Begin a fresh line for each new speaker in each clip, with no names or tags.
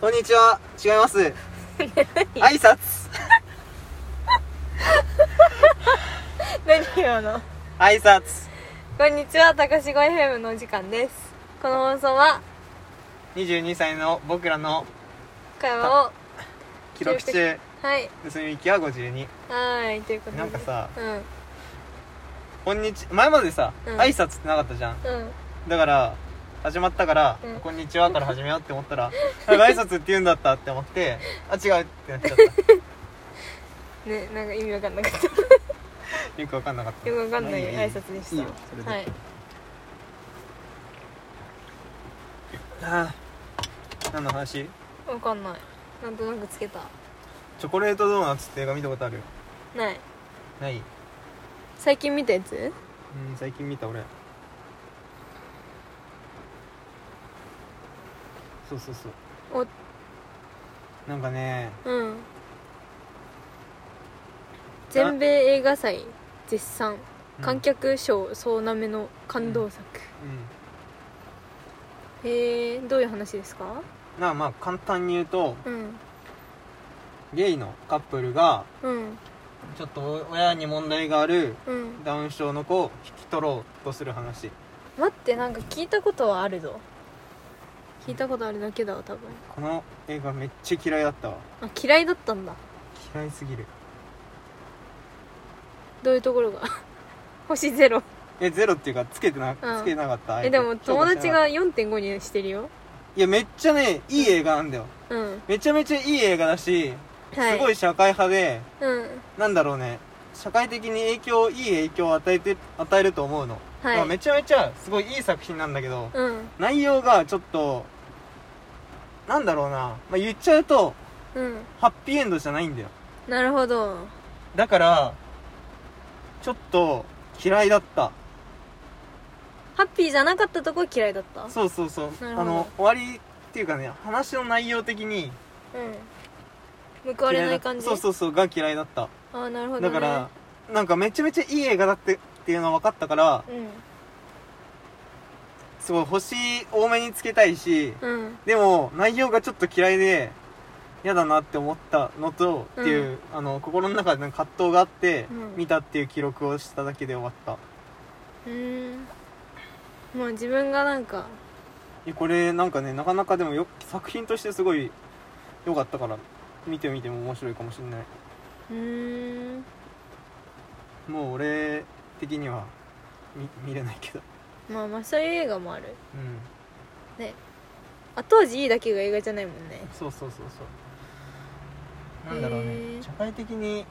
こんにちは違います挨拶
何今の
挨拶
こんにちは、たかしご FM のお時間です。この放送は、
22歳の僕らの
会話を、
記録中
はい、
盗み行きは52
はーい、ということで。
なんかさ
うん、
こんにち前までさ、
うん
挨拶ってなかったじゃん
うん、
だから始まったから、
うん
こんにちは」から始めようって思ったら「なんか挨拶って言うんだった」って思って「あ違う」ってなっちゃっ
ね、なんか意味わかんなかった。
たよくわかんなかった
よくわかんない
まあ
挨拶でした。
いいよそれで、
はい。
あー何の話
わかんない。なんとなくつけた。
チョコレートドーナツって映画見たことある
ない。
ない
最近見たやつ
うん最近見た俺そうそうそう
お、
なんかね
うん。全米映画祭絶賛。
うん
観客賞総なめの感動作。
う
へえ、どういう話ですか
んなあまあ簡単に言うと
うん、
ゲイのカップルが
うん、
ちょっと親に問題がある
うん。
ダウン症の子を引き取ろうとする話
待ってなんか聞いたことはあるぞ聞いたことあるだけだわ多分
この映画めっちゃ嫌いだったわ
あ嫌いだったんだ
嫌いすぎる
どういうところが 星ゼロ
えゼロっていうかつけてな,、
うん
つけなかった
えでも友達
評価しなかっ
が4.5にしてるよ
たいやめっちゃねいい映画なんだよ
うん
めちゃめちゃいい映画だし、
はい
すごい社会派で
うん
なんだろうね社会的に影響いい影響を与えて与えると思うの、
はい
まあめちゃめちゃすごいいい作品なんだけど、
うん
内容がちょっとなんだろうな、まあ、言っちゃうと
うん
ハッピーエンドじゃないんだよ
なるほど
だからちょっと嫌いだった
ハッピーじゃなかったとこ嫌いだった
そうそうそう
なるほど
あの終わりっていうかね話の内容的に
うん報われ
嫌
な
だ
いい感じ
そうそうそうが嫌いだった
ああなるほど、ね、
だからなんかめちゃめちゃいい映画だってっていうのは分かったから
うん
すごい星多めにつけたいし
うん
でも内容がちょっと嫌いで嫌だなって思ったのと、
うん
っていうあの心の中での葛藤があって、
うん
見たっていう記録をしただけで終わった
うーんまあ自分がなんか
いやこれなんかねなかなかでもよ作品としてすごい良かったから見てみても面白いかもしれないう
ーん
もう俺的には見見れないけど
まあまあそういう映画もある
うん
後味いいだけが映画じゃないもんね
そうそうそうそうなんだろう
へ
ね
ー
社会的に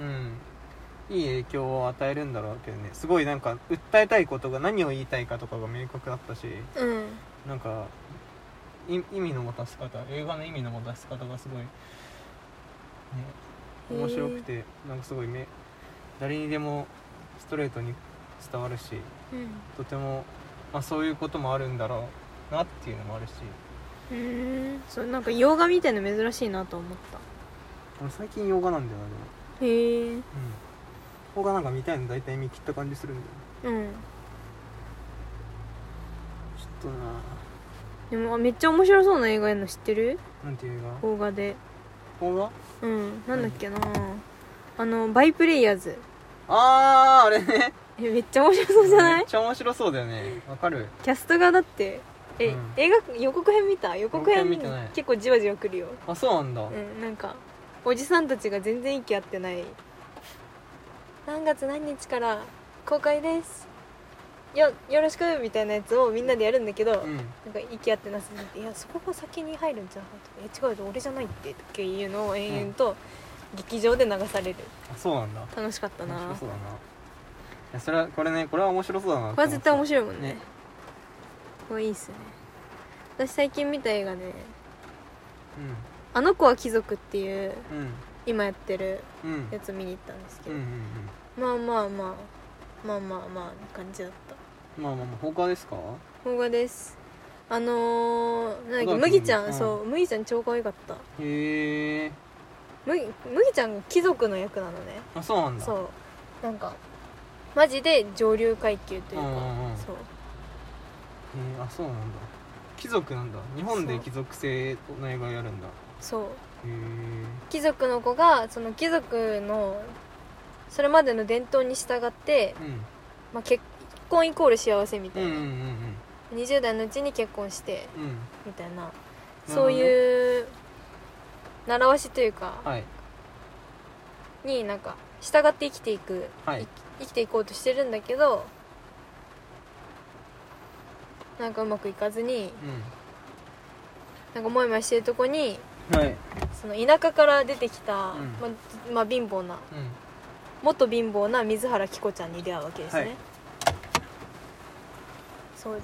うんいい影響を与えるんだろうけどねすごいなんか訴えたいことが何を言いたいかとかが明確だったし
うん
なんかい意味の持たせ方映画の意味の持たせ方がすごい、ね、
へー
面白くてなんかすごいめ誰にでもストレートに伝わるし
うん
とても、まあ、そういうこともあるんだろうなっていうのもあるし
うーんそうなんか洋画みたいの珍しいなと思っ
俺最近洋画なんだよなでも。
たへえ
うんここがなんか見たいの大体見切った感じするんだよ
うん
ちょっとな
でもあめっちゃ面白そうな映画やるの知ってる
なんていう映画
邦画で
ここが
うんなんだっけなあのバイプレイヤーズ
あーあれね
えめっちゃ面白そうじゃな
め
い
っちゃ面白そうだよねわかる
キャストがだってえ、
うん
映画予告編見た予告
予
編
告編見てない
結構じわじわくるよ
あそうなんだ、
うんなんかおじさんたちが全然息合ってない何月何日から公開ですよよろしくみたいなやつをみんなでやるんだけど、
うん
なんか息合ってなすぎて「いやそこが先に入るんじゃなかった」え「違うよ俺じゃないって」っていうのを延々と劇場で流される
あそうなんだ
楽しかった
面
な
白
こ
そうだないやそれはこれねこれは面白そうだな
れは絶対面
白
白いもんね
ね
これいいっすね私最近見た映画ね
い
「あの子は貴族」っていう
うんうん
今やってる
うんうん
やつ見に行ったんですけ
うんう
ど、
ん
まあまあまあまあまあまあな感じだった
うんまあまあまあ他ですか
邦画ですあのー、なんだっ
小田
け
君
麦ちゃん、
うん
そう麦ちゃん超可愛かった
へえ
麦麦ちゃんが貴族の役なのね
あそうなんだう
そうなんかマジで上流階級というか、
うんうんうん
そう
へーあそうなんだ貴族なんだ日本で貴族性の映画やるんだへ
そう
え
貴族の子がその貴族のそれまでの伝統に従って、まあ、結婚イコール幸せみた
うん
い
うん
な、
うん
20代のうちに結婚して
うんうん
みたい
ど
な
ね
そういう習わしというか、
はい
になんか従って生きていく、
はい
い生きていこうとしてるんだけどなんかうまくいかずになんかモヤモヤしてるとこに
うんはい
その田舎から出てきた、
うん
まあまあ貧乏な
うん
元貧乏な水原希子ちゃんに出会うわけですね、
はい
そう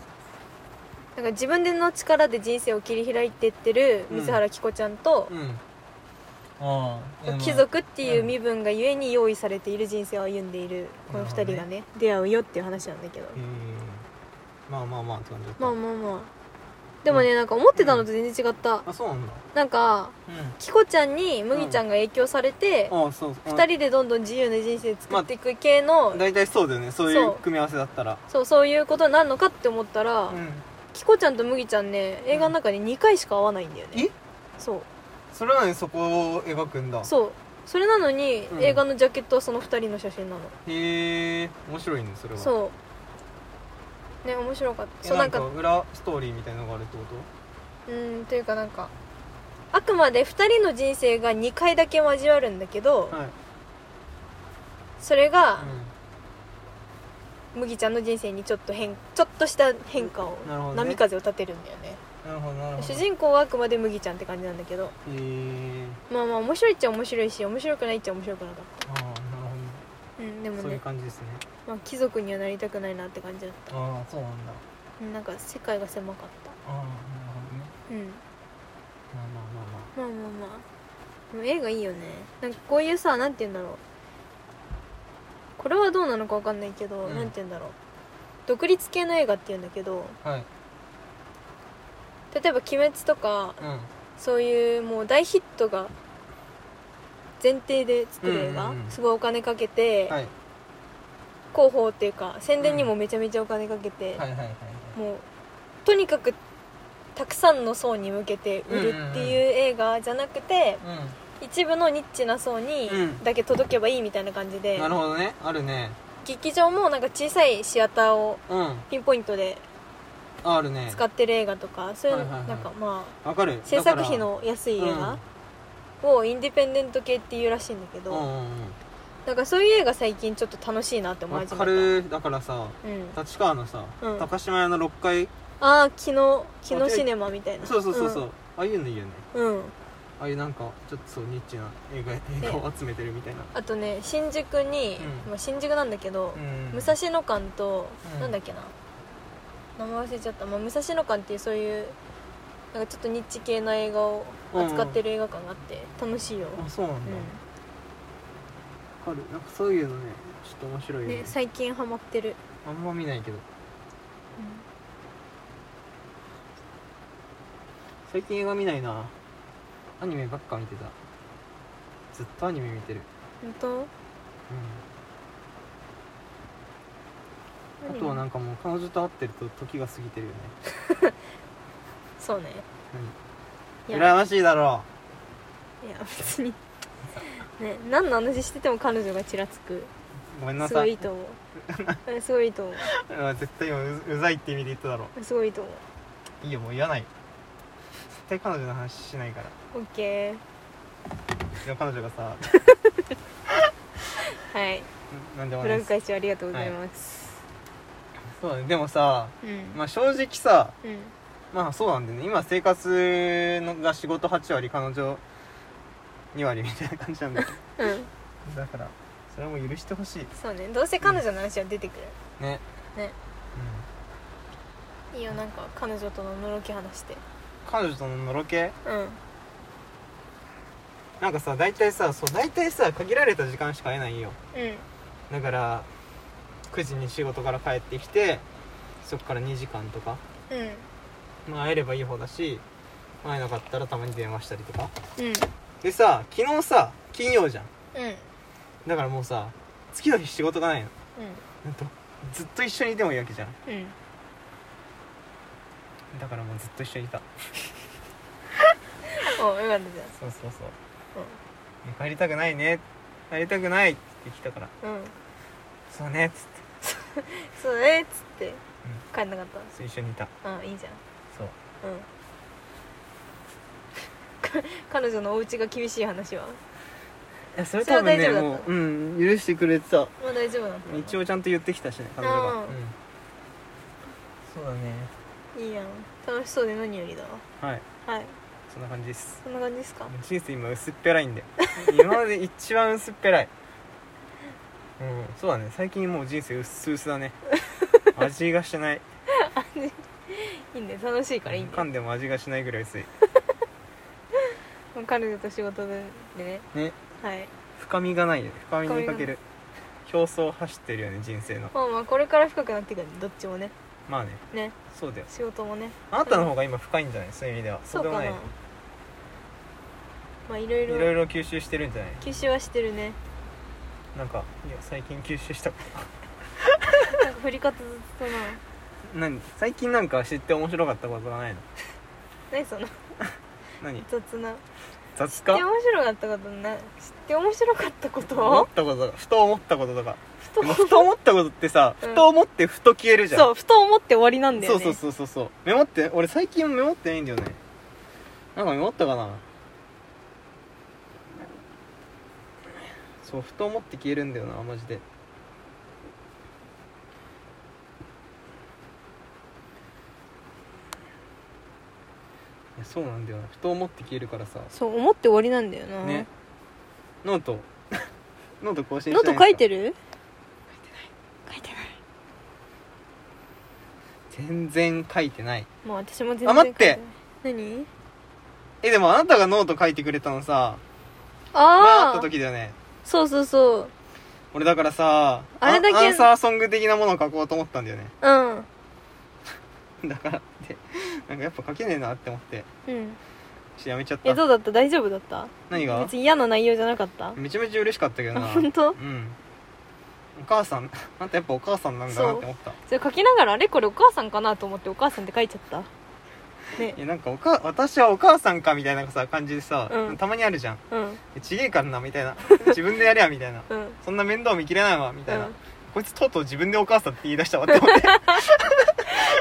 なんか自分での力で人生を切り開いてってる水原希子ちゃんと、
うんああいやまあ
貴族っていう身分がゆえに用意されている人生を歩んでいるこの二人がね出会うよっていう話なんだけど、
へえまあまあまあって感じだった
まあまあまあでもねなんか思ってたのと全然違った、
あそうなんだ
なんか
うん
キコちゃんに麦ちゃんが影響されて、
ああそう
二人でどんどん自由な人生作っていく系の、
大体そうだよねそうい
そうう
組み合わせだったら
そうそういうことになるのかって思ったら、
うん
キコちゃんと麦ちゃんね映画の中で2回しか会わないんだよね、
え
そう
それなのにそこを描くんだ
そうそれなのに、
うん
映画のジャケットはその2人の写真なの
へえ面白いねそれはう
そうね面白かったそう
な
なんん
か
か
裏ストーリーみたいなのがあるってこと
うんというかなんかあくまで2人の人生が2回だけ交わるんだけど、
はい、
それが、
う
麦ちゃんの人生にちょっと変ちょっとした変化を、
ん、なるほど、ね、
波風を立てるんだよね
なるほどなるほど
主人公はあくまで麦ちゃんって感じなんだけど
へえ
まあまあ面白いっちゃ面白いし面白くないっちゃ面白くなかっ
ああなる
たうんで
ほど
も
そういう
ね、
感じですね
まあ、貴族にはなりたくないなって感じだっ
ああそうなんだ
たなんか世界が狭かっ
ああなるほどね
た
まあまあま
うん
あま
まあまあまあでも映画いいよねなんかこういうさなんて言うんだろうこれはどうなのかわかんないけど、
うん
なんて言うんだろう独立系の映画って言うんだけど
あはい
例えば「鬼滅」とか
うん
そういうもう大ヒットが前提で作る映画、
うんうんうん
すごいお金かけて、
はい
広報っていうか宣伝にもめちゃめちゃお金かけて、
はいはいはい
もうとにかくたくさんの層に向けて売るっていう映画じゃなくて、一部のニッチな層に
うん
だけ届けばいいみたいな感じ
う
で
ん、なるほどねあるね
劇場もなんか小さいシアターを
うん
ピンポイントで
あるね
使ってる映画とかそういう
はいはいはい
なんかまあ
わかる
制作費の安い映画をインディペンデント系っていうらしいんだけ
だからうん
ど
うんうん
なんかそういう映画最近ちょっと楽しいなって
うん
思い
わ
始め
か
た、
るだからさ
うん、
立川のさ、
うん
高島屋の6階
ああ昨日昨日シネマみたいな
そうそうそうそう、ああいうのいいよね
うん、うん
ああいうなんかちょっとそうニッチな映画映画を集めてるみたいな
あとね新宿に、
うん
まあ、新宿なんだけど、
うん
武蔵野館と、
うん
なんだっけな名前忘れちゃった、まあ、武蔵野館っていうそういうなんかちょっとニッチ系な映画を扱ってる映画館があって楽しいよ、
あそうなんだ、
う
わかるなんかそういうのねちょっと面白い
ん
よね
ね、最近ハマってる、
あんま見ないけど最近映画見ないなアニメばっか見てたずっとアニメ見てる、
本当
うん、あとはなんかもう彼女と会ってると時が過ぎてるよね
そうねい
何
や
羨ましいだろ
いや別に ね何の話してても彼女がちらつく
うごめんな
すご
さ
いいい
い
と 思ううんすごいいいと思う
うん絶対今ううざいって意味で言っただろ
すごいいいと思う
いいよもう言わない絶対彼女の話しないから
オッケ
うちの彼女がさ
ーはい
なんでも
ブ
ないで
ログ
す
開始ありがとうございます、
そうだねでもさ
うん、
まあ正直さ
うん
まあそうなんでね今生活のが仕事8割彼女2割みたいな感じなんだけど
うん
だからそれはもう許してほしい
そうねどうせ彼女の話は出てくる、
ね
ね
うん
いいよなんか彼女とののろけ話して
彼女とののろけ
うん
なんかさ大体さそう大体さ限られた時間しか会えないよ
う
だ
ん
から9時に仕事から帰ってきてそっから2時間とか、
うん
まあ、会えればいい方だし会えなかったらたまに電話したりとか
うん
でさ昨日さ金曜じゃん
うん
だからもうさ次の日仕事がないの
うん
なんとずっと一緒にいてもいいわけじゃん
うん
だからもうずっと一緒にいた
およかったじ
そうそうそう「帰りたくないね帰りたくない」って言ってきたから
ゃんうん
「そうね」っつっ
そうえっつって帰んなかった
て一緒にいた
うんいいじゃん
そう
うん か彼女のお家が厳しい話はい
やそれ
そ
多
れは
分
大
ね
丈夫だった
もう、うん、許してくれてた
まあ大丈夫なの
一応ちゃんと言ってきたしね彼女が、
うん
そうだね
いいやん楽しそうで何よりだわ
はい
はい
そんな感じです
そんな感じですか
人生今薄っぺらいん で今まで一番薄っぺらいうんそうだね最近もう人生薄々だ ね味がしない
いいね楽しいからいいね
噛んでも味がしないぐらい薄い
彼女と仕事でね
ね
はい
深みがないよね深みにかける競争を走ってるよね人生の
まあまあこれから深くなっていくんでどっちもね
まあね
ね
そうだよ
仕事もね
あなたの方が今深いんじゃないそういう意味では
そう
で
か
も
な
ない
まあいろい
いろい
ろ
ろ吸収してるんじゃない
吸収はしてるね
なんかいや最近吸収したこ
なんか振り方ずっとな
と何最近なんか知って面白かったことがないの
何その
何
雑な
雑
知っ
か
て面白かったことな知って面白かったこ
思っ
と
たこととかふと思ったこととか
ふ
で
と
もふと思ったことってさ、
うん
ふと思ってふと消えるじゃん
そうふと思って終わりなんだよ
そうそ
ね
うそうそうそうメモって俺最近メモってないんだよねなんかメモったかなそうふと思って消えるんだよなマジでいやそうなんだよなふと思って消えるからさ
そう思って終わりなんだよな
ねノート ノート更新し
ノー
ない
ト書いて
る
る書いてない
全然書いてない
まあ私も全然
あ待って
書いない何
えでもあなたがノート書いてくれたのさ前会っ
あ
た
あ
時だよね
そうそうそう
俺だからさ
あれだけ
アンサーソング的なものを書こうと思ったんだよね
うん
だからってなんかやっぱ書けねえなって思って
うん
ちょっとやめちゃっ
え
た
どうだった大丈夫だった
何が
別に嫌な内容じゃなかった
めちゃめちゃ嬉しかったけどな
あ本当
うんお母さん あんたやっぱお母さんなんだなって思った
それ書きながらあれこれお母さんかなと思ってお母さんって書いちゃったね
いやなんかおか私はお母さんかみたいなさ感じでさ、
うん
たまにあるじゃん
うん
えちげえからなみた いな自分でやりゃみたいな
うん
そんな面倒見きれないわみたいな、
うん
こいつとうとう自分でお母さんって言い出したわって思 って、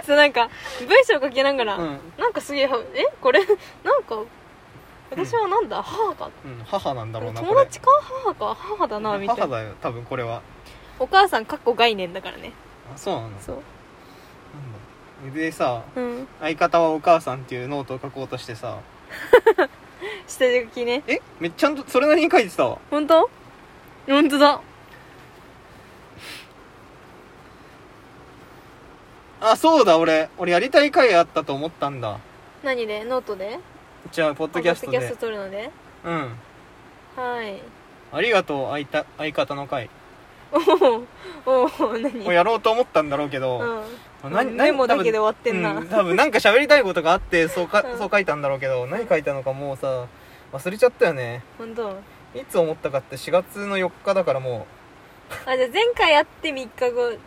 そうなんか文章書きながら、
うん
なんかすげえはえこれ なんか私はなんだ、母か
うん、母なんだろうなこ
友
れ
達か母か母だなみたい
母
な
だよ多分これは
お母さんかっこ概念だからね
あそうなの
そう
なんだでさ
うん
相方はお母さんっていうノートを書こうとしてさ
下書きね
えめっちゃんとそれなりに書いてたわ
本当本当だ
あそうだ俺俺やりたい回あったと思ったんだ
何でノートで
じゃあポッドキャスト
あポッ
で
撮るので
うん
はい
ありがとう相た相方の回
おおおお何
をやろうと思ったんだろうけど、
うん
あ
まあメモだけで終わってんな
うん多分なんか喋りたいことがあってそうか、
うん
そう書いたんだろうけど何書いたのかもうさ忘れちゃったよね
本当
いつ思ったかって4月の4日だからも
あじゃあ前回会って3日後
う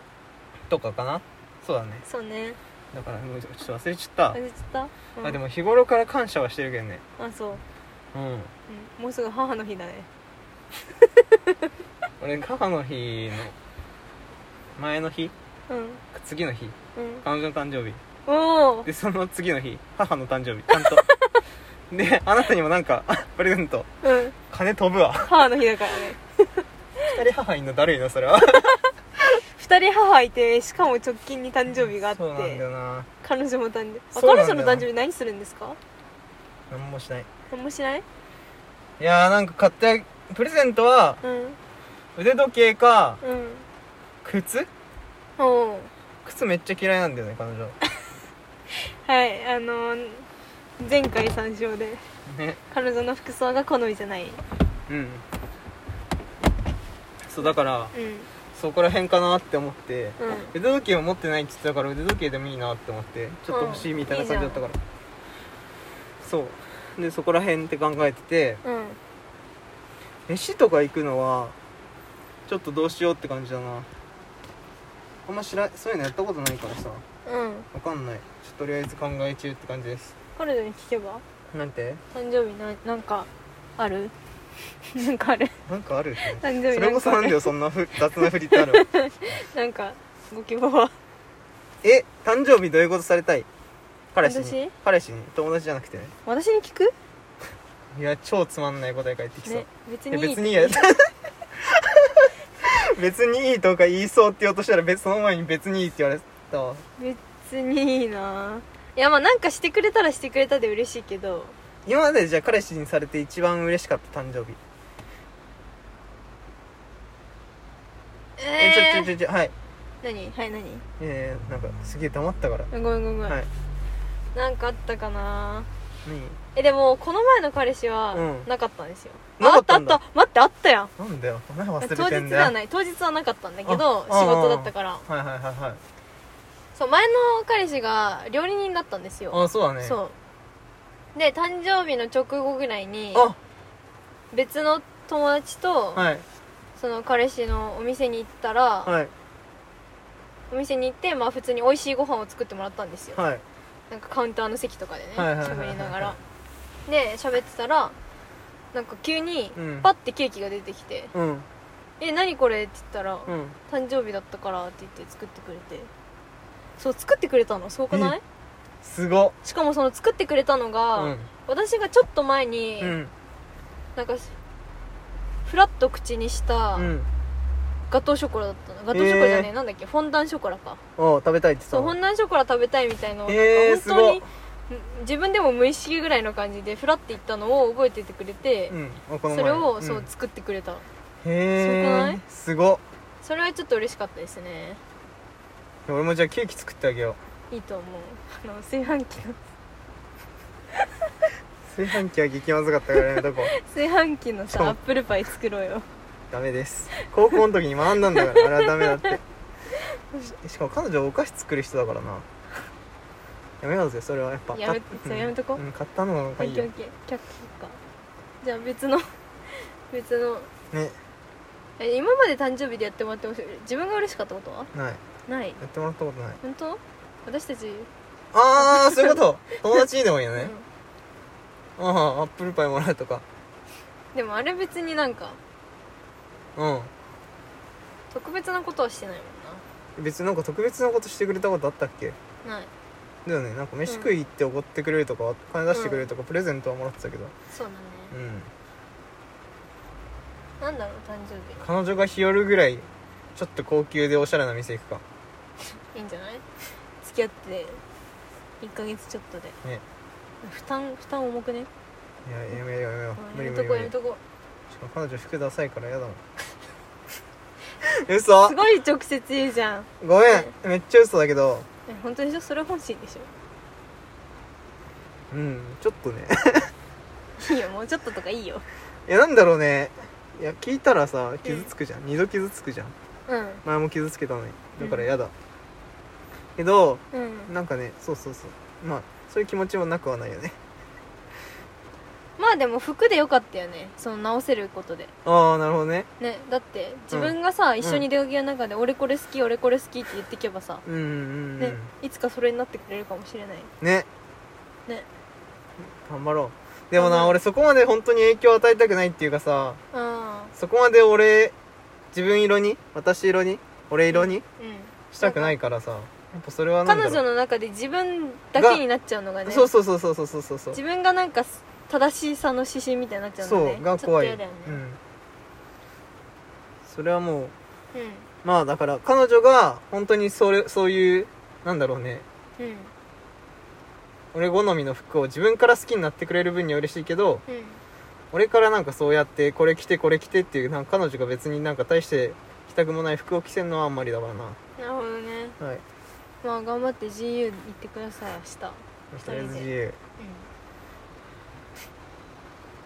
とかかなそうだね
そうね
だからもうちょっと忘れちゃった
忘れちゃった、うん
あでも日頃から感謝はしてるけどね
あそう、うん
うん
もうすぐ母の日だね
俺母の日の前の日
うん
次の日
うん
彼女の誕生日
おお
でその次の日母の誕生日ちゃんとであなたにもなんかあプレゼント
うん
金飛ぶわ
母の日だからね
二人母いんのだるいなそれは
2人母いてしかも直近に誕生日があっ
そうなんだよ
て
な
彼女も誕生日
そ
あ彼
うなんだよ
女の誕生日何するんですか
何もしない
何もしない
いやーなんか買ってプレゼントは
うん
腕時計か
うん
靴
おう
靴めっちゃ嫌いなんだよね彼女
はいあのー前回参照で
ね
彼女の服装が好みじゃない
うんそうだから
うん
そこら辺かなって思って
うん
腕時計を持ってないって言ってたから腕時計でもいいなって思ってちょっと欲しいみたいな感じだったから、そうでそこら辺って考えてて
うん
飯とか行くのはちょっとどうしようって感じだなあんま知らそういうのやったことないからさ
うん
わかんないちょっととりあえず考え中って感じです
彼女に聞けば
なんて
誕生日ななんかある なんかある
なんかあるそ
誕生日
れ
なん
こそ
か
な
あ
んだ
る
よそんなふ雑な振りってあるわ
なんかご希望は
え誕生日どういうことされたい彼氏に
私
彼氏に友達じゃなくてね
私に聞く
いや超つまんない答え返ってきそう、
ね別
い
に
や
いい
別にいいや 別にいいとか言いそうって言おうとしたら別その前に別にいいって言われたわ
別にいいないやまあなんかしてくれたらしてくれたで嬉しいけど
今までじゃあ彼氏にされて一番嬉しかった誕生日えちょちょちょちょはい
何はい何
えー、なんかすげえ黙ったから
ごめんごめんごめん、
はい
なんかあったかな
何
えでもこの前の彼氏は
うん
なかったんですよ、
なか
あ
っ
ったたあ
ん
っ
だ
た待ってあったやん
なんだよお前忘れ
当
て
日
んだ
で
よ
はない当日はなかったんだけど仕
あ
事だったから
はいはいはいはい
そう前の彼氏が料理人だったんですよ
あそうだねう
そうで誕生日の直後ぐらいに
あ
別の友達と
はい
その彼氏のお店に行ったら、
はい
お店に行ってまあ普通に美味しいご飯を作ってもらったんですよ、
はい
なんかカウンターの席とかでね
はいはいはいはい
喋りながらで喋ってたらなんか急に
うん
パッてケーキが出てきて
うん
「え何これ?」って言ったら、
うん
誕生日だったから」って言って作ってくれてそう作ってくれたのすごくない
すごっ
しかもその作ってくれたの
う
が、
ん
私がちょっと前に、
うん
なんかフラッと口にした
うん
ガトーショコラだったのガトーショコラじゃねえ、なんだっけフォンダンショコラか
お食べたいって言ってた
そうフォ
わ
ンダンショコラ食べたいみたいなのを、
えー
本当
す
にうん自分でも無意識ぐらいの感じでフラって言ったのを覚えててくれて、
うんあこの
そ
前
れを、そう
うん
作ってくれた
へ
すごくな
え
い
すごっ
それはちょっと嬉しかったですね
俺もじゃあケーキ作ってあげよう
いいと思うあの炊飯器 の
炊飯器は激まずかったからやめと こう
炊飯器の
そう
さアップルパイ作ろうよ
ダメです高校の時に学んだんだからあれはダメだってししかも彼女はお菓子作る人だからなやめようぜそれはやっぱ
や
買
め
っ
そうやめとこ
うん、買ったのが
オ
い
ッ
い
ケ
よ
ーオッケー却下かじゃあ別の 別の
ね
え今まで誕生日でやってもらってほしい自分が嬉しかったことは
ない
ない
やってもらったことない
本当私たち、
ああそういう こと友達にでもいいよ
う
ね
ん
ああアップルパイもらうとか
でもあれ別になんか
うん
特別なことはしてないも
別になんか特別なことしてくれたことあったっけ
んなない
だよねなんか飯食い行っておごってくれるとか、金出してくれるとか、プレゼントはもらってたけど
そうだね、
うん
なんだろう誕生日
彼女が日和るぐらいちょっと高級でおしゃれな店行くか
いいんじゃない付き合って1ヶ月ちょっとで
ね
負担負担重くね
いややめようやめよう無理
やめ
無
と
理
こ
無
う
理
やめとこ
しかも彼女服ダサいからやだもん 嘘
うすごい直接言うじゃん
ごめんめっちゃ嘘だけど
え本当でしょそれ本心でし
うんちょっとね
ょいいよもうちょっととかいいよ
いやなんだろうねいや聞いたらさ傷つくじゃん、二度傷つくじゃん
うん
前も傷つけたのにだから
うん
やだ、けど
うん
なんかねそうそうそうまあそういう気持ちもなくはないよね
まあでも服でよかったよねその直せることで
ああなるほどね
ねだって自分がさ、一緒に出かけの中で「俺これ好き俺これ好き」って言ってけばさ、
うんうんうん
ねいつかそれになってくれるかもしれない
ね
ね
頑張ろうでも
頑張
な
ろう
俺そこまで本当に影響を与えたくないっていうかさ
あ
そこまで俺自分色に私色に俺色に
あうん
したくないからさやっぱそれはなん
彼
だろう
女の中で自分だけになっちゃうのがね
そうそうそうそうそうそうそうそう
自分がなんか正しさの指針みたいになっちゃうのね
が怖い
ちょっと嫌だよね、
うんそれはもう
うん
まあだから彼女が本当にそれそういうなんだろうね
うん
俺好みの服を自分から好きになってくれる分には嬉しいけど
うん
俺からなんかそうやってこれ着てこれ着てっていうなんか彼女が別になんか大して着たくもない服を着せるのはあんまりだからな
なるほどね
はい
まあ頑張って GU 行ってください明
とりあえず自由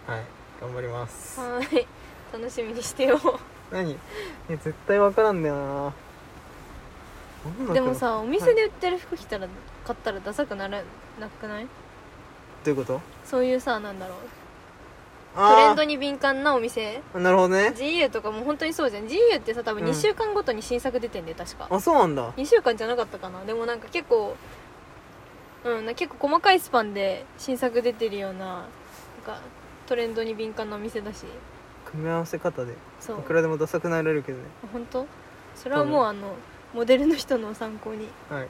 はい頑張ります
日、うん、はーい楽しみにしてよ
何いや絶対分からんだよななんだ
でも
こ
さお店で売ってる服着たら買ったらダサくならなくない
れどういうこと
そういうさなんだろうトレン
あ
ドに敏感なお店
あなるほどね
GU とかもう本当にそうじゃん GU ってさ多分
うん
2週間ごとに新作出てんで確か、
あそうなんだ
2週間じゃなかったかなでもなんか結構うんな結構細かいスパンで新作出てるようななんかトレンドに敏感なお店だし
組み合わせ方で
そう
いくらでもダサくなれるけどね
本当それはもうあのモデルの人のを参考に
はい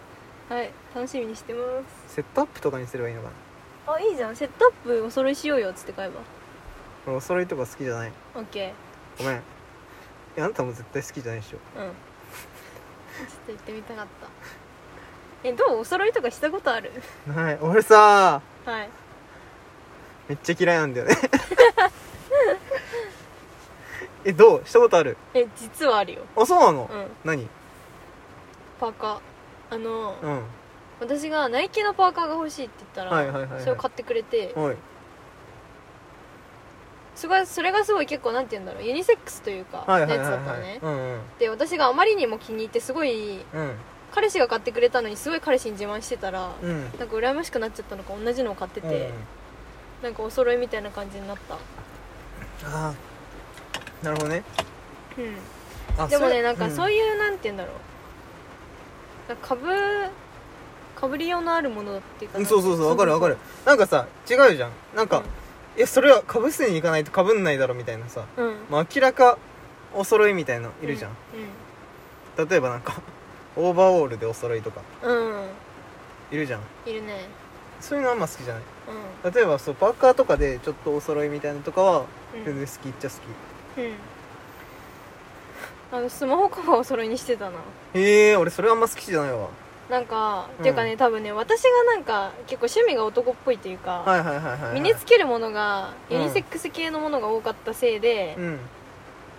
はい楽しみにしてます
セットアップとかにすればいいのかな
あいいじゃんセットアップお揃いしようよっつって買えば
俺お揃いとか好きじゃない
OK
ごめんいやあなたも絶対好きじゃないでしょ
うんちょっと行ってみたかったえどうお揃いとかしたことある
はい俺さ
はい
めっちゃ嫌いなん だよねえどうしたことある
え実はあるよ
あそうなの、
うん
何
パーカーあの、
うん
私がナイキのパーカーが欲しいって言ったら、
はいはいはいはい
それを買ってくれて
おい
すごいそれがすごい結構なんて言うんだろうユニセックスというか、
はいはい
の
はい
やつだった
は
の
い
ね
うんうん
で私があまりにも気に入ってすご
う
い
ん
彼氏が買ってくれたのにすごい彼氏に自慢してたら、
うん
なんか羨ましくなっちゃったのか同じのを買ってて、
うん
なんかお揃いみたいな感じになった
ああなるほどね
うん
あ
でもねなんかそう
い
いう、なんて言うんだろうかぶかぶりようのあるものっていうか
うんそうそうそうわかるわかるなんかさ違うじゃんなんか、いやそれはかぶせに行かないとかぶんないだろみたいなさ、
うんうん
まあ、明らかお揃いみたいのいるじゃん、例えばなんか オーバーオールでお揃いとか
うん、うんうん、
いるじゃん
いるね
そういうのあんま好きじゃない例えばそうパーカーとかでちょっとお揃いみたいなのとかは
うん
全然好きっちゃ好
うん、うん、あのスマホカバーお揃いにしてたな
きへえ俺それあんま好きじゃないわ
なんか、
うん
っていうかね多分ね私がなんか結構趣味が男っぽいというか、
はいはいはいはい
身につ
き
けるものが
うん
ユニセックス系のものが多かったせいで、
うん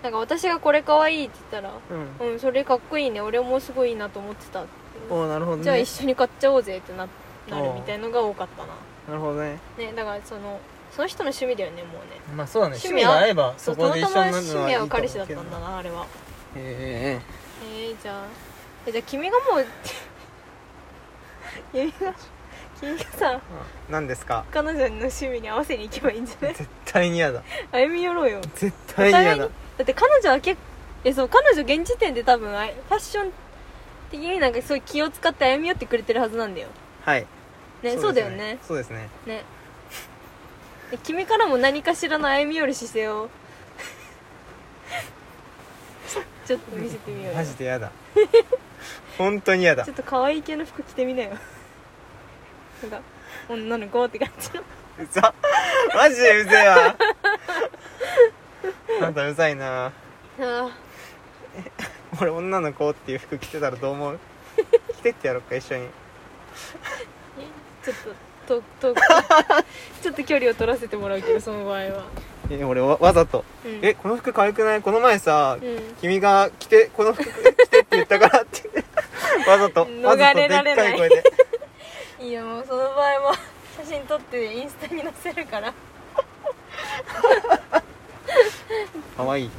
なんか私がこれ可愛いって言ったら
うん
うんそれかっこいいね俺もすごいいいなと思ってたって
おーなるほどね
じゃあ一緒に買っちゃおうぜってなな
あ
る
あ
みたいのが多かったな
なるほどね
ねだからそのその人の趣味だよねもうね
まあそうだね
趣
趣
味
味
は
が合えば
そ
そう
た
こ
ま
で
た
一
ま
緒になる
趣
のはいい
味は
と思うけど
彼氏だったんだなあれは
へ
えー、じゃあえじゃあ君がもう 君が君がさ
え何ですか
彼女の趣味に合わせに行けばいいんじゃ ない
絶対に嫌だ
歩み寄ろうよ
絶
お
対に
互い
嫌
にだ
だ
って彼女は結構えそう彼女現時点で多分あいファッション的になんかすごい気を使って歩み寄ってくれてるはずなんだよ
はい
ねそうだよね
そうですね
ねで君からも何かしらの歩み寄る姿勢を ちょっと見せてみようよ
マジで嫌 だ本当に嫌だ
ちょっと可愛い系の服着てみなよ なんか女の子って感じの
うざマジでうぜえわあんたうざいな
ああ
俺女の子っていう服着てたらどう思う着てってやろうか一緒に
えちょっと遠く遠くちょっと距離を取らせてもらうけどその場合は、
え俺わわざと、
うん、
えこの服可愛くないこの前さ、
うん
君が着てこの服着てって言ったからって言ってわざとわざ
逃
とで
れ
っ
られな
か
い
い声で
いいよもうその場合は写真撮ってインスタに載せるから
可愛い
うん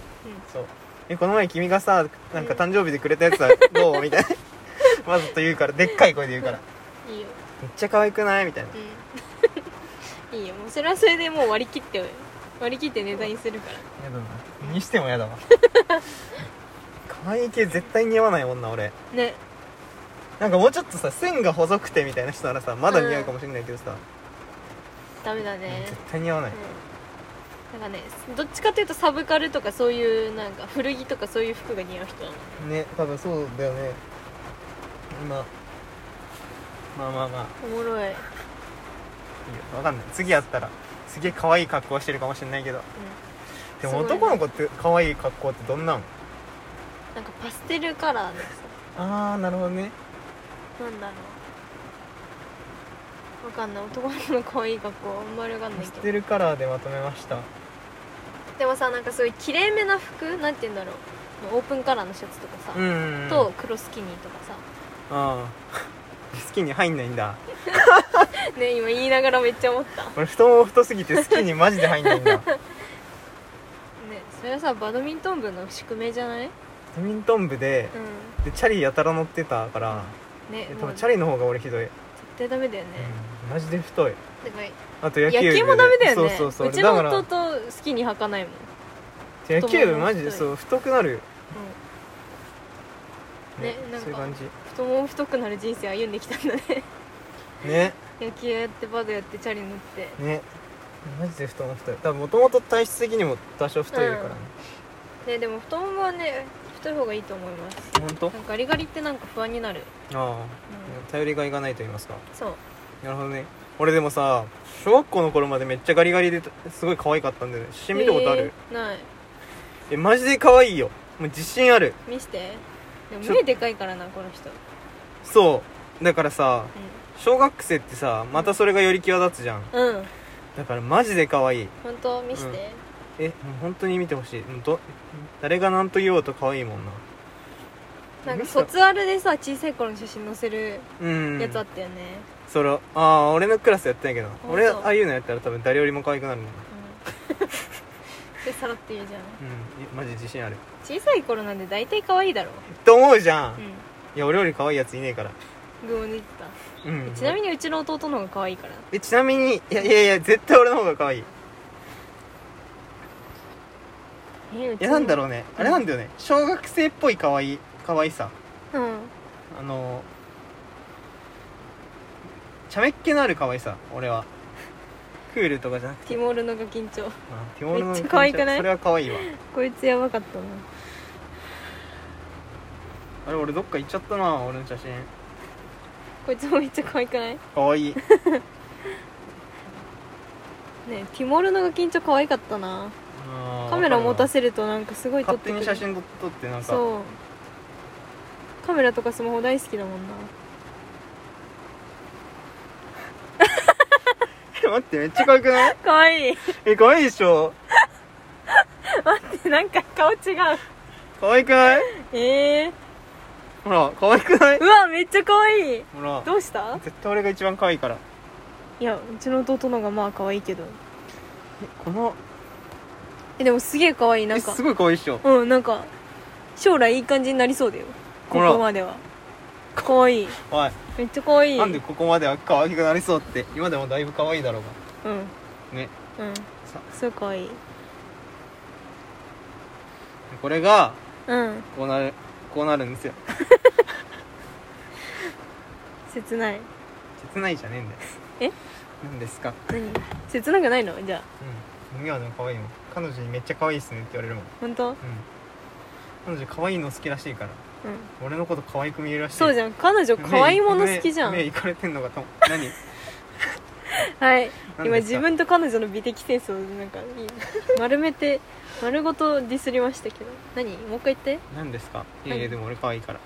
そうえこの前君がさなんか誕生日でくれた やつはどうみたいなわざと言うからでっかい声で言うから
いいよ
めっちゃ可愛くないみたいな
うん いいよもうそれはそれでもう割り切って割り切ってデザインするから
やだなにしてもやだわ 可愛い系絶対似合わないもんな俺
ね
なんかもうちょっとさ線が細くてみたいな人ならさまだ似合うかもしれないけどさ、
ダメだね
絶対似合わない、
うんなんかねどっちかというとサブカルとかそういうなんか古着とかそういう服が似合う人なの
ね多分そうだよね今まあまあまあ
おもろい、うん、
いいよわかんない次やったらすげえ可愛い格好してるかもしれないけどでも
すごい
男の子って可愛い格好ってどんなん
なんかパステルカラーのさ
ああなるほどね
なんだろうわかんない男の子の可愛い格好あんまりわかんな
パ
い
ス
けど
テルカラーでまとめました
でもさなんかそういうきれいめな服なんて言うんだろうオープンカラーのシャツとかさ、
うん
と黒スキニーとかさ
ああスキに入んないんだ
ね今言いながらめっちゃ思ったね
俺太もも太すぎてスキにマジで入んない んだバ
それはさバドミントン部の宿命じゃない
ドミントン部で
う
でチャリやたら乗ってたから
んね
で多
もう
分チャリの方が俺ひどい、
絶対ダメだよね、
うんマジで太い
だから
あと野球部
野球もダメだよね
そうそうそう
ち
だ
の
から
弟好きに履かないもん、
野球部
太もも
マジで
太い
そう太くなるよ
うんねなんか
そういう感じ
太もも太くなる人生歩んできたんだね
ね
野球やってバドやってチャリ乗って
ねマジで太も太い多分もともと体質的にも多少太いからね、
ねでも太ももはね太い方がいいと思います
ほん、本
なんかガリガリってなんか不安になる、
当あ
う
あ
ん、
頼りがいがないと言いますか
そう
なるほどね俺でもさ小学校の頃までめっちゃガリガリですごい可愛かったんだよね写真見たことある、、
えーない
えマジで可愛いよもう自信ある
見してで
ちょ
も目でかいからなこの人、うん、
そうだからさ小学生ってさまたそれがより際立つじゃん
うん
だからマジで可愛い
本当見して、
うんえもう本当に見てほしいうんど誰が何と言おうと可愛いもんな
なんか卒アルでさ小さい頃の写真載せる
うん
やつあったよね、
それああ俺のクラスやってないけど
当
俺ああいうのやったら多分誰よりも可愛くなるもんな
うんそれさらって言うじゃん
うんいマジ自信ある
小さい頃なんで大体可愛いだろ
と思うじゃん、
う
い
ん
や俺より可愛いやついねえから
群を抜いて
うん
たちなみにうちの弟の方が可愛いから
えちなみにいやいやいや絶対俺の方が可愛いい
えうち
や
の
なんだろうねあれなんだよね小学生っぽい可愛い可愛さ
うん
あのちゃめっ気のある可愛さ俺はクールとかじゃなくて
ティモールのが緊張
あティモールの
めっちゃ可愛くない
それは可愛いわ
こいつやばかったな
あれ俺どっか行っちゃったな俺の写真
こいつもめっちゃ可愛くないね
可愛 い
えティモールのが緊張可愛かったな
カ
カメラ持た
て
せるとなんかすごい撮っ
勝
て
手
く
に
る
写真撮ってなんか
そうカメラとかスマホ大好きだもんな
待ってめっちゃ可愛くない
可愛い
え可愛いでしょ
なんか顔違う
可愛くない
ええ
ほら可愛くないう
わめっちゃ可愛い
ほら
どうした
絶対俺が一番可愛いから
いやうちの弟のがまあ可愛いけど
この
えでもすげえ可愛いな
え
んか
すごい可愛いっしょ
うんなんか将来いい感じになりそうだよ
ほ
こ
ら
こまでは可愛い
おい
めっちゃ可愛い
なんでここまでは可愛くなりそうって今でもだいぶ可愛いだろう
うん
がね
うん
さ
すごい可愛い
これが
うん
こうなるこうなるんですよ
切ない
切ないじゃねえんだよ
え
何ですか
何切なくないのじゃあ
うん今でも可愛いもん彼女にめっちゃ可愛いっすねって言われるもん
本当うん
うん彼女可愛いの好きらしいから俺のこと可愛く見えるらしい
そうじゃん彼女可愛いもの好きじゃん
目目目いかれてんのかと思う何
はい
何
今
ですか
自分と彼女の美的センスをなんかい い丸めて丸ごとディスりましたけど何もう一回言って
何ですかいやいや
何
でも俺可愛いから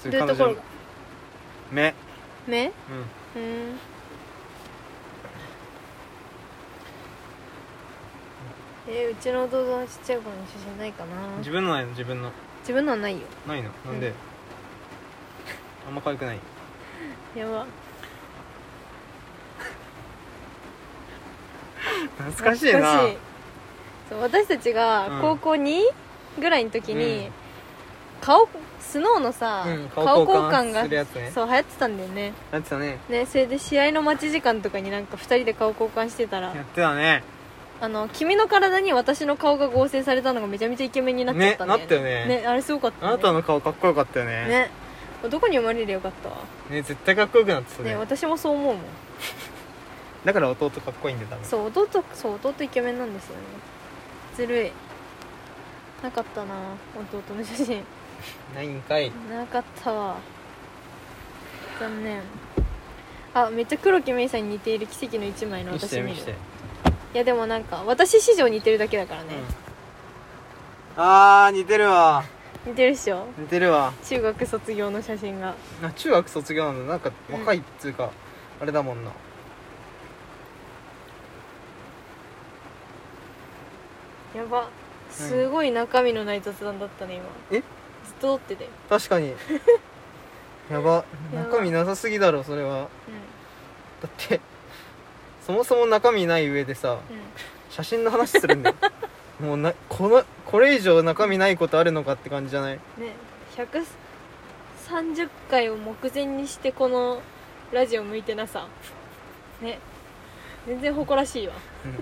そ
どういうところが
目
目う
うん
ーんえーうちの弟のちっちゃい頃の写真ないかな
自分のないの自分の
自分のはないよ
ないのなんで、
うん
あんま可愛くない
やば
懐かしいな
懐かしいそう私たち
う
が
ん
高校2ぐらいの時に、
うん
顔スノーのさ、
うん
顔
顔
交
交
換が
換するやつね
そう流行ってたんだよね
やってたね
ねそれで試合の待ち時間とかになんか2人で顔交換してたら
やってたね
あの君の体に私の顔が合成されたのがめちゃめちゃイケメンになっちゃったんだ
ね
よね
なったよね
あれすごかった、
あ
ね、
なたの顔かっこよかったよね
ね男に生まれりゃよかったわ
ね絶対かっこよくなってた
ね
ね
私もそう思うもん
だから弟かっこいいんで多分
そう弟そう弟イケメンなんですよねずるいなかったな弟の写真
ないんかい
なかったわ残念あめっちゃ黒木メイさんに似ている奇跡の一枚の
見し
私
て
見る
見して、
いやでもなんか私史上似てるだけだからね、
うんあー似てるわ
似てるっしょ
似てるわ
中学卒業の写真が
な中学卒業なんだなんか若いっつうか、あれだもんな
やばすごい中身のない雑談だったね今
え
ずっと撮ってて、
確 かにやば
やば
中身なさすぎだろそれは
う
だってそもそも中身ない上でさ
んうん、
写真の話する んだよもうなこのこれ以上中身ないことあるのかって感じじゃない
ね130回を目前にしてこのラジオ向いてなさね全然誇らしいわ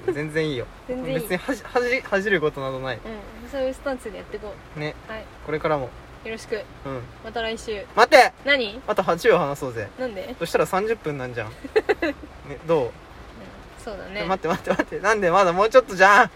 うん全然いいよ
全然いい
別に恥じ恥じ恥じることなどない
うんそういうスタンスでやっていこ
ね
うはい
これからも
よろしく
うん
また来週
待って
何
あと8秒話そうぜ
なんで、うん
そしたら30分 なんじゃんねど
そうだ
う、
ね
待って待って待ってなんでまだもうちょっとじゃん